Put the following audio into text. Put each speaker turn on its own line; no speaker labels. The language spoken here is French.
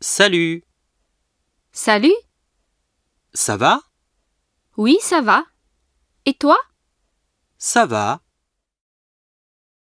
Salut,
Salut,
ça va
oui, ça va. Et toi
Ça va.